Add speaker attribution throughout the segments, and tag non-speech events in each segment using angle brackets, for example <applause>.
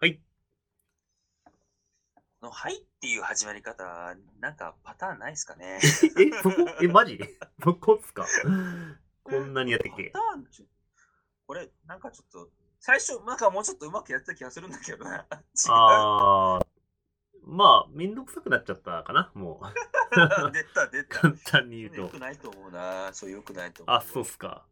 Speaker 1: はい。
Speaker 2: の、はいっていう始まり方、なんかパターンないですかね。
Speaker 1: え、そこえ、マジ <laughs> そこっすかこんなにやってき
Speaker 2: パ
Speaker 1: て
Speaker 2: タ。ーンちょこれ、なんかちょっと、最初、なんかもうちょっとうまくやってた気がするんだけどな。
Speaker 1: あー。まあ、めんどくさくなっちゃったかな、もう。
Speaker 2: <laughs>
Speaker 1: <laughs>
Speaker 2: 違う出た、出た。
Speaker 1: 簡単に言う
Speaker 2: よ
Speaker 1: と
Speaker 2: く。ないと思うな。そう、よくないと思う。
Speaker 1: あ、そうっすか。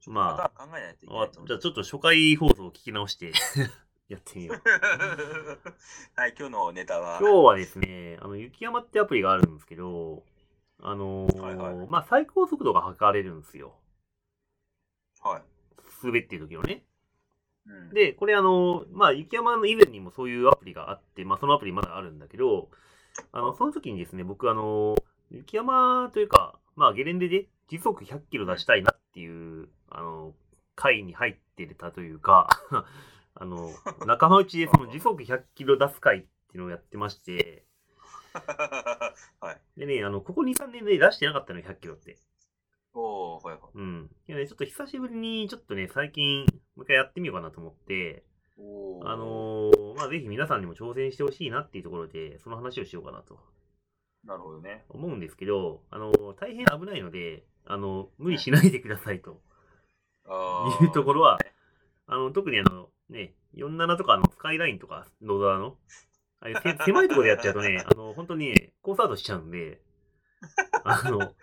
Speaker 2: ちょっと
Speaker 1: まあ
Speaker 2: パターン考えないといけな
Speaker 1: わ
Speaker 2: いと思う。
Speaker 1: じゃあちょっと初回放送を聞き直して <laughs> やってみよう。
Speaker 2: <laughs> はい、今日のネタは。
Speaker 1: 今日はですね、あの、雪山ってアプリがあるんですけど、あのー
Speaker 2: はいはい
Speaker 1: まあ、最高速度が測れるんですよ。
Speaker 2: はい。
Speaker 1: 滑ってる時のね。
Speaker 2: うん、
Speaker 1: で、これあの、まあ、雪山の以前にもそういうアプリがあって、まあ、そのアプリまだあるんだけど、あの、その時にですね、僕あの、雪山というか、まあ、ゲレンデで時速100キロ出したいなっていう、あの、会に入ってたというか、 <laughs> あの、仲間内でその時速100キロ出す会っていうのをやってまして、
Speaker 2: はい。
Speaker 1: でね、あの、ここ2、3年で出してなかったのよ、100キロって。
Speaker 2: <laughs> おー、はいはい。
Speaker 1: うん。いやね、ちょっと久しぶりに、ちょっとね、最近、もう一回やってみようかなと思って、
Speaker 2: おー
Speaker 1: あのーまあ、ぜひ皆さんにも挑戦してほしいなっていうところで、その話をしようかなと
Speaker 2: なるほどね。
Speaker 1: <laughs> 思うんですけど、あのー大変危ないので、あの無理しないでくださいと
Speaker 2: あー
Speaker 1: いうところは、あの特にあの、ね、47とかあのスカイラインとか、野沢の、ああいう <laughs> せ狭いところでやっちゃうとね、あの本当にね、高サードしちゃうんで、あの、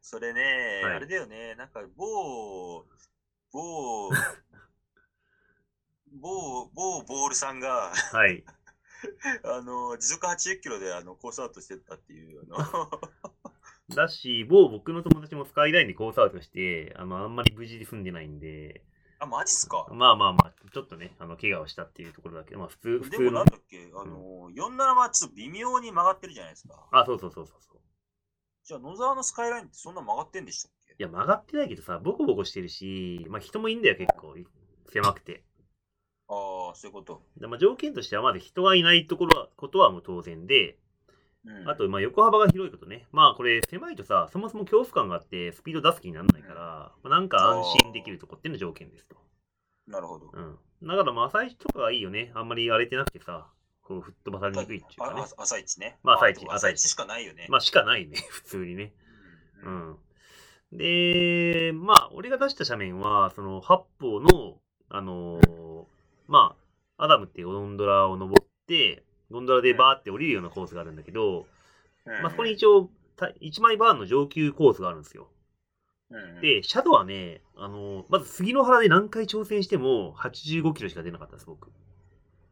Speaker 2: それね、
Speaker 1: はい
Speaker 2: あれだよね、なんか某、
Speaker 1: <laughs>
Speaker 2: 某、某、某ボールさんが、 <laughs>
Speaker 1: はい、
Speaker 2: あの、時速80キロであのコースアウトしてったっていう、
Speaker 1: <laughs>
Speaker 2: あの、
Speaker 1: だし、某僕の友達もスカイラインでコースアウトして、あの、あんまり無事に住んでないんで、
Speaker 2: あ、マジっすか
Speaker 1: まあまあまあ、ちょっとね、あの、怪我をしたっていうところだけど、まあ普通、普
Speaker 2: で
Speaker 1: 通
Speaker 2: もな
Speaker 1: の
Speaker 2: ん。だっけ、あの、47はちょっと微妙に曲がってるじゃないですか。
Speaker 1: あ、そうそうそうそうそう。
Speaker 2: じゃあ、野沢のスカイラインってそんな曲がってんでしたっけ
Speaker 1: いや、曲がってないけどさ、ボコボコしてるし、まあ人もいいんだよ、結構。狭くて。
Speaker 2: ああ、そういうこと。
Speaker 1: でまあ条件としては、まず人がいないところは、ことはもう当然で、
Speaker 2: うん、
Speaker 1: あと、まあ横幅が広いことね。まあこれ、狭いとさ、そもそも恐怖感があって、スピード出す気にならないから、まあ、なんか安心できるとこっていうのが条件ですと。
Speaker 2: なるほど。
Speaker 1: うん。だから、まあ朝一とかがいいよね。あんまり荒れてなくてさ、こう、吹っ飛ばされにくいっていうか
Speaker 2: あ
Speaker 1: ね
Speaker 2: あ。朝一ね。
Speaker 1: まあ朝一
Speaker 2: でも
Speaker 1: 朝
Speaker 2: 朝
Speaker 1: 一
Speaker 2: 一しかないよね。
Speaker 1: まあ、しかないね、 <laughs> 普通にね。
Speaker 2: う
Speaker 1: うんん。で、まあ、俺が出した斜面は、その、八方の、あのーまあ、アダムっていうゴンドラを登って、ゴンドラでバーって降りるようなコースがあるんだけど、
Speaker 2: うん
Speaker 1: まあ、そこに、一応、た一枚バーンの上級コースがあるんですよ。
Speaker 2: うん、
Speaker 1: で、シャドウはね、あのーまず杉の原で何回挑戦しても、85キロしか出なかったです、僕。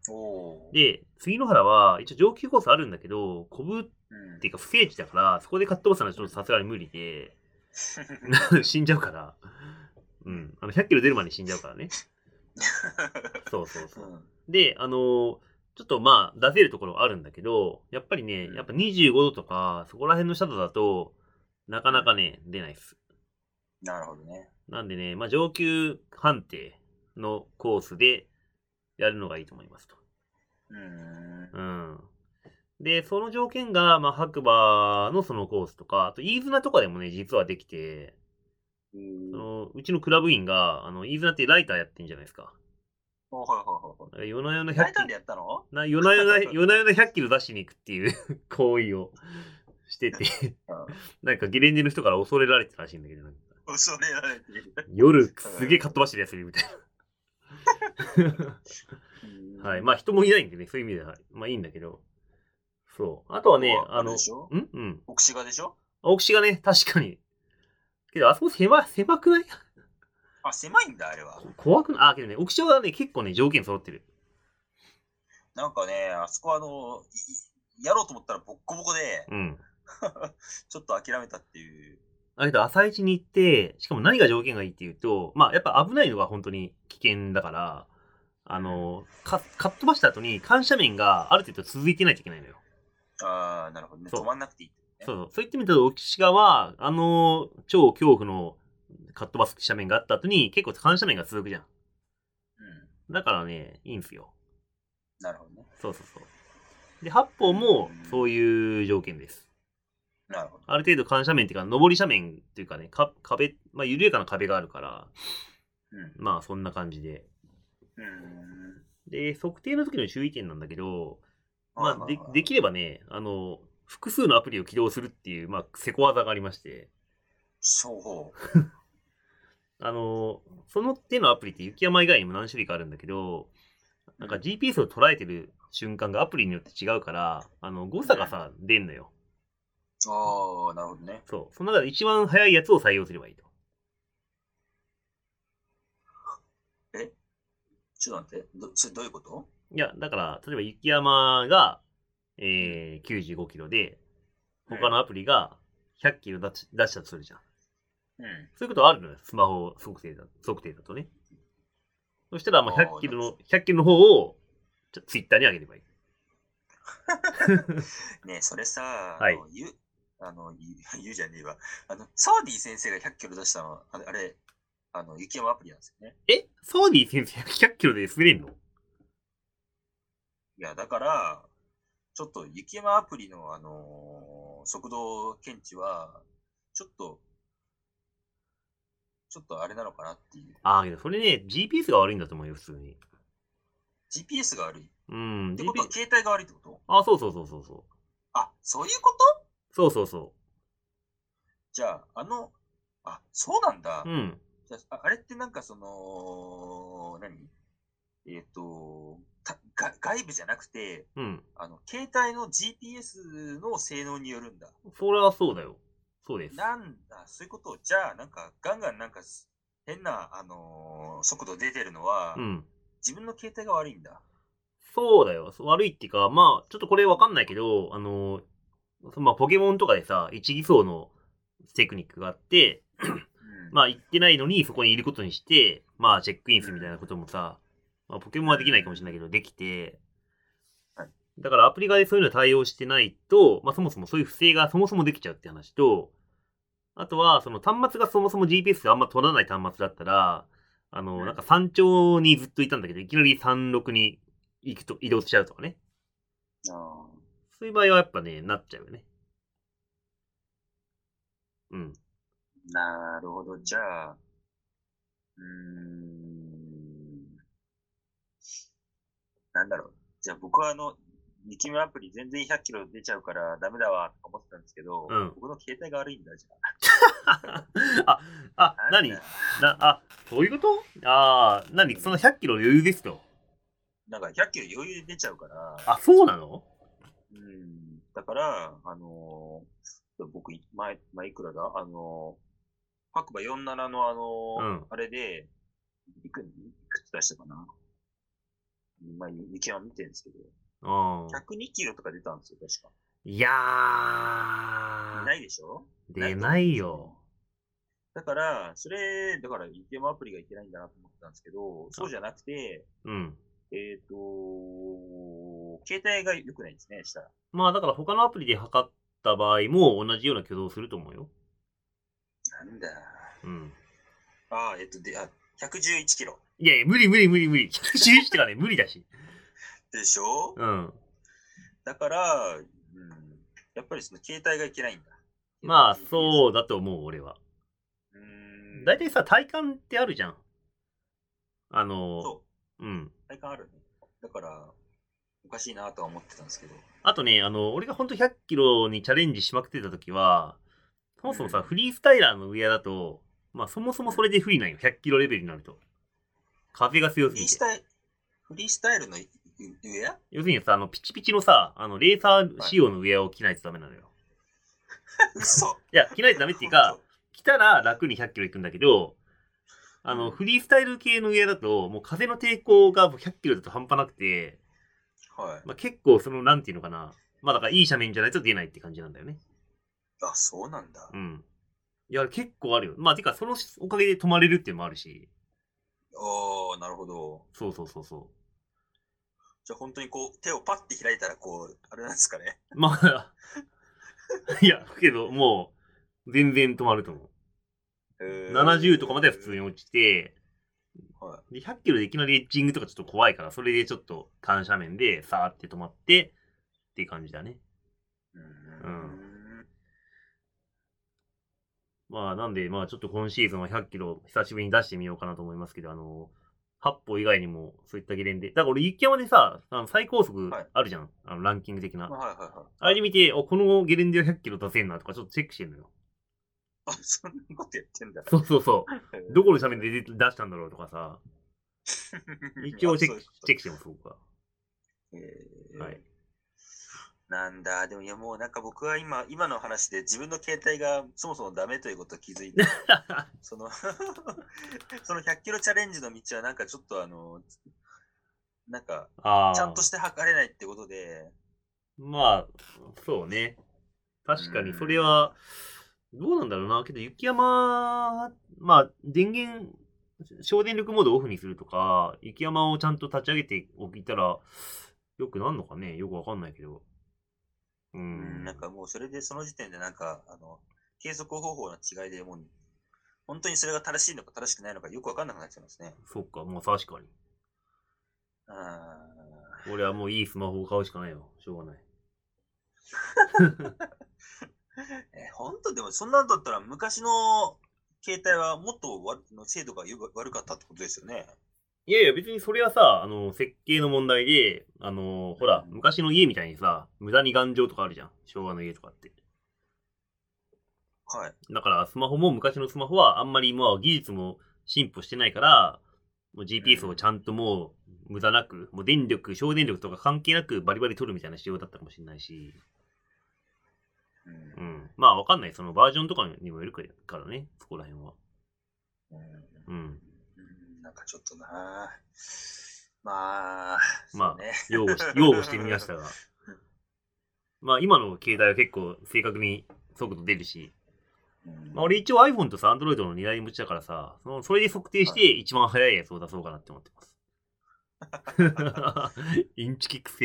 Speaker 2: おー、
Speaker 1: で、杉の原は、一応上級コースあるんだけど、コブ
Speaker 2: うん <laughs>
Speaker 1: っていうか不正地だから、そこでカットオフしたのはちょっとさすがに無理で、 <laughs> 死んじゃうから、うん、あの100キロ出る前に死んじゃうからね。そうそうそうう。
Speaker 2: ん
Speaker 1: で、あのーちょっとまあ、出せるところはあるんだけど、やっぱりね、やっぱ25度とか、そこら辺のシャドウだとなかなかね、出ないです。
Speaker 2: なるほどね。
Speaker 1: なんでね、まあ、上級判定のコースでやるのがいいと思いますと。
Speaker 2: うーん。
Speaker 1: うん。で、その条件が、まあ、白馬のそのコースとか、あと、飯綱とかでもね、実はできて、そのうちのクラブ員が、あの、飯綱ってライターやってんじゃないですか。
Speaker 2: おはいはいはいはい。
Speaker 1: だから夜な夜な100キロ
Speaker 2: ライターでやったの
Speaker 1: な夜な夜な、夜な夜な100キロ出しに行くっていう <laughs> 行為をしてて、なんかゲレンデの人から恐れられてたらしいんだけど、なんか
Speaker 2: 恐れられてる。
Speaker 1: 夜すげえかっ飛ばしてるやついるみたいな。はい。まあ人もいないんでね、そういう意味では、まあいいんだけど。そう。あとはね、
Speaker 2: あ
Speaker 1: あ
Speaker 2: れ
Speaker 1: の
Speaker 2: で、しょ
Speaker 1: うんうん。
Speaker 2: 奥志賀でしょ
Speaker 1: 青串がね、確かに。けど、あそこ狭、狭くない
Speaker 2: あ、狭いんだ、あれは。
Speaker 1: 怖くないあ、けどね、奥串はね、結構ね、条件揃ってる。
Speaker 2: なんかね、あそこあの、いいやろうと思ったらボッコボコで、
Speaker 1: うん。
Speaker 2: ちょっと諦めたっていう。
Speaker 1: あれだ、朝一に行って、しかも何が条件がいいっていうと、まあ、やっぱ危ないのが本当に危険だから、あの、か、かっ飛ばした後に、緩斜面がある程度続いてないといけないのよ。
Speaker 2: ああ、なるほどね。
Speaker 1: そう
Speaker 2: 止まんなくていいってね。
Speaker 1: そうそう。そう言ってみると、沖シガは、あの、超恐怖のかっ飛ばす斜面があった後に、結構緩斜面が続くじゃん。
Speaker 2: うん。
Speaker 1: だからね、いいんすよ。
Speaker 2: なるほどね。
Speaker 1: そうそうそう。で、八方も、そういう条件です。
Speaker 2: なるほど。
Speaker 1: ある程度緩斜面っていうか、上り斜面っていうかね、か壁、まあ、緩やかな壁があるから、
Speaker 2: うん。
Speaker 1: まあ、そんな感じで。
Speaker 2: うーん。
Speaker 1: で、測定の時の注意点なんだけど、
Speaker 2: はい
Speaker 1: まあ、
Speaker 2: はい
Speaker 1: で
Speaker 2: はい
Speaker 1: できればね、あの、複数のアプリを起動するっていう、まあ、セコ技がありまして、
Speaker 2: そう。
Speaker 1: あの、その手のアプリって雪山以外にも何種類かあるんだけど、なんか GPS を捉えてる瞬間がアプリによって違うから、あの、誤差がさ、出んのよ。
Speaker 2: ああ、なるほどね。
Speaker 1: そう。その中で一番早いやつを採用すればいいと。
Speaker 2: ちょっと待って、どそれどういうこと
Speaker 1: いや、だから、例えば雪山が、えー、95キロで、他のアプリが100キロ出し出したとするじゃん。
Speaker 2: うん。
Speaker 1: そういうことあるのよ、スマホ測定だ測定だとね。そしたら、まあ、100キロの、100キロの方を、じゃツイッターに上げればいい。
Speaker 2: ねえそれさ、
Speaker 1: はい
Speaker 2: あの、ゆ、あの、ゆゆう <laughs> じゃねえわ。あの、サーディ先生が100キロ出したの、あれ、あれあの、雪山アプリなんですよね。
Speaker 1: えサーディ先生100キロで滑れんの
Speaker 2: いや、だから、ちょっと雪山アプリの、あのー速度検知は、ちょっと、ちょっとあれなのかなっていう。
Speaker 1: ああ、けどそれね、GPS が悪いんだと思うよ、普通に。
Speaker 2: GPS が悪い。
Speaker 1: うん、
Speaker 2: ってことは
Speaker 1: GPS。
Speaker 2: 携帯が悪いってこと
Speaker 1: あ、そうそうそうそうそう。
Speaker 2: あ、そういうこと
Speaker 1: そうそうそ
Speaker 2: じゃあ、あの、あ、そうなんだ。
Speaker 1: う。うん。
Speaker 2: じゃあ、ああれってなんかその、何えっ、とたが、外部じゃなくて、
Speaker 1: うん。
Speaker 2: あの、携帯の GPS の性能によるんだ。
Speaker 1: それはそうだよ。そうです。
Speaker 2: なんだ、そういうこと。じゃあ、なんか、ガンガンなんかす、変な、あのー速度出てるのは、
Speaker 1: うん。
Speaker 2: 自分の携帯が悪いんだ。
Speaker 1: そうだよ。そう悪いっていうか、まあ、ちょっとこれわかんないけど、あの、そまあ、ポケモンとかでさ、一偽装のテクニックがあって、
Speaker 2: うん
Speaker 1: まあ、行ってないのにそこにいることにして、まあ、チェックインするみたいなこともさ、まあ、ポケモンはできないかもしれないけど、できて
Speaker 2: はい、
Speaker 1: だからアプリ側でそういうの対応してないと、まあ、そもそもそういう不正がそもそもできちゃうって話と、あとは、その端末がそもそも GPS あんま取らない端末だったら、あ
Speaker 2: う
Speaker 1: の、
Speaker 2: ん
Speaker 1: なんか山頂にずっといたんだけど、いきなり36に行くと、移動しちゃうとかね。
Speaker 2: あー
Speaker 1: そういう場合はやっぱね、なっちゃうよね。
Speaker 2: <laughs>
Speaker 1: うん。
Speaker 2: なるほど。じゃあ、うーん。なんだろう。じゃあ僕はあの、ニキムアプリ全然100キロ出ちゃうからダメだわとか思ってたんですけど、
Speaker 1: うん
Speaker 2: 僕の携帯が悪いんだじ
Speaker 1: あ、
Speaker 2: ゃ
Speaker 1: あ
Speaker 2: あ。、
Speaker 1: 何
Speaker 2: な
Speaker 1: なん
Speaker 2: だ、
Speaker 1: あ、そういうことああ、何その100キロ余裕ですと。
Speaker 2: なんか100キロ余裕で出ちゃうから、
Speaker 1: あ、そうなの
Speaker 2: うん。だから、あのー僕、前、前いくらだあのー、白馬47のあのー
Speaker 1: うん
Speaker 2: あれで、いく、いくつ出したかなまあ、見極め見てるんですけど、
Speaker 1: うん。
Speaker 2: 102キロとか出たんですよ、確
Speaker 1: いや
Speaker 2: か。
Speaker 1: ー
Speaker 2: い、ないでしょ
Speaker 1: 出ないよ。
Speaker 2: だから、それ、だから、イケモアプリがいけないんだなと思ったんですけど、そうじゃなくて、
Speaker 1: うん。
Speaker 2: えっ、と携帯が良くないですね、したら。
Speaker 1: まあだから他のアプリで測った場合も同じような挙動をすると思うよ。
Speaker 2: なんだ。
Speaker 1: うん。
Speaker 2: ああ、えっ、と、で、あ、111キロ。
Speaker 1: いやいや、無理無理無理無理。111とか <laughs> ね、無理だし。
Speaker 2: でしょ
Speaker 1: うん。
Speaker 2: だから、うん、やっぱりその携帯がいけないんだ。
Speaker 1: まあ、
Speaker 2: う。
Speaker 1: そうだと思う、俺は。
Speaker 2: うん。
Speaker 1: 大体さ、体感ってあるじゃん。あの、
Speaker 2: そう
Speaker 1: うん。
Speaker 2: う、体感あるね。だから、おかしいなとは思ってたんですけど。
Speaker 1: あとね、あの、俺がほんと100キロにチャレンジしまくってた時は、そもそも
Speaker 2: う
Speaker 1: さ、
Speaker 2: ん
Speaker 1: フリースタイラーのウェアだと、まあそもそもそれで不利なんよ。100キロレベルになると。風が強
Speaker 2: フ
Speaker 1: す
Speaker 2: リ
Speaker 1: ぎ
Speaker 2: ー
Speaker 1: て
Speaker 2: ス。タイル、フリースタイルのいいウェア
Speaker 1: 要するにさ、あの、ピチピチのさ、あの、レーサー仕様のウェアを着ないとダメなのよ。
Speaker 2: 嘘
Speaker 1: いや、着ないとダメっていうか、着たら楽に100キロ行くんだけど、あの、フリースタイル系のウェアだと、もう風の抵抗がもう100キロだと半端なくて、
Speaker 2: はい。
Speaker 1: まあ、結構その、なんていうのかな。まあだからいい斜面じゃないと出ないって感じなんだよね。
Speaker 2: あ、そうなんだ
Speaker 1: う。ん。いや、結構あるよ。まあ、てか、そのおかげで止まれるっていうのもあるし。
Speaker 2: ああ、なるほど。
Speaker 1: そうそうそうそ
Speaker 2: じゃあ本当にこう、手をパッて開いたら、こう、あれなんですかね。
Speaker 1: う。まあ、 <laughs> いや、けど、もう、全然止まると思う。70とかまでは普通
Speaker 2: に。
Speaker 1: に落ちて、
Speaker 2: は
Speaker 1: で、100キロでいきなりエッジングとかちょっと怖いから、それでちょっと単斜面で、さーって止まって、っていう感じだね。
Speaker 2: い。
Speaker 1: んまあ、なんで、まあ、ちょっと今シーズンは100キロ久しぶりに出してみようかなと思いますけど、あの、八歩以外にも、そういったゲレンデ。だから俺、雪山でさ、あの最高速
Speaker 2: はい
Speaker 1: あるじゃん。あの、ランキング的な。
Speaker 2: はいはいはい。
Speaker 1: あれで見て、お、このゲレンデは100キロ出せんなとか、ちょっとチェックしてんのよ。
Speaker 2: あ、そんなことやってんだ。
Speaker 1: そうそうそう。どこの斜面で出出したんだろうとかさ。一応チェック、チェックしてます、僕は。
Speaker 2: え
Speaker 1: はい <laughs>
Speaker 2: なんだ、でもいやもうなんか僕は今、今の話で自分の携帯がそもそもダメということを気づいて、その、 <laughs> その100キロチャレンジの道はなんかちょっとあの、なんか、
Speaker 1: ああ。
Speaker 2: ちゃんとして測れないってことで、
Speaker 1: まあ、そうね。確かに、それは、どうなんだろうな。けど、雪山、まあ、電源、省電力モードをオフにするとか、雪山をちゃんと立ち上げておいたら、よくなんのかねよくわかんないけど。う。
Speaker 2: うんん、なんかもうそれでその時点でなんか、あの、計測方法の違いでもう、本当にそれが正しいのか正しくないのかよくわかんなくなっちゃいますね。
Speaker 1: そっか、もう確かに。
Speaker 2: うーん
Speaker 1: 俺はもういいスマホを買うしかないよ。しょうがない。
Speaker 2: えー、本当でもそんなんだったら昔の携帯はもっとわの精度がよ悪かったってことですよね。
Speaker 1: いやいや、別にそれはさ、あの、設計の問題で、あの、ほら、昔の家みたいにさ、無駄に頑丈とかあるじゃん。昭和の家とかって。
Speaker 2: はい。
Speaker 1: だから、スマホも昔のスマホはあんまりもう技術も進歩してないから、もう GPS をちゃんともう無駄なく、もう電力、省電力とか関係なくバリバリ取るみたいな仕様だったかもしれないし、
Speaker 2: うん
Speaker 1: うん。まあわかんない。そのバージョンとかにもよるからね、そこら辺は。
Speaker 2: うん
Speaker 1: うん。
Speaker 2: うんなんかちょっとなまあ、
Speaker 1: まあ
Speaker 2: そうね、
Speaker 1: 擁護し、擁護してみましたが。まあ今の携帯は結構正確に速度出るし、
Speaker 2: うん
Speaker 1: まあ俺一応 iPhone とさ、Android の2台持ちだからさ、そのそれで測定して一番速いやつを出そうかなって思ってます。インチキくせ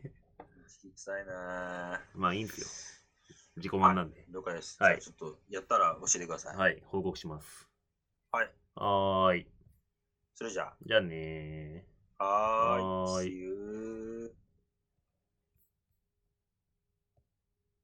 Speaker 2: 小さいな
Speaker 1: まあいいんですよ。自己満なんで。
Speaker 2: 了解です。
Speaker 1: はい
Speaker 2: じゃあちょっとやったら教えてください。
Speaker 1: はい、報告します。
Speaker 2: はい。
Speaker 1: はーい。
Speaker 2: それじゃ
Speaker 1: じゃあねー。
Speaker 2: あ、はーい。
Speaker 1: はーい
Speaker 2: See you.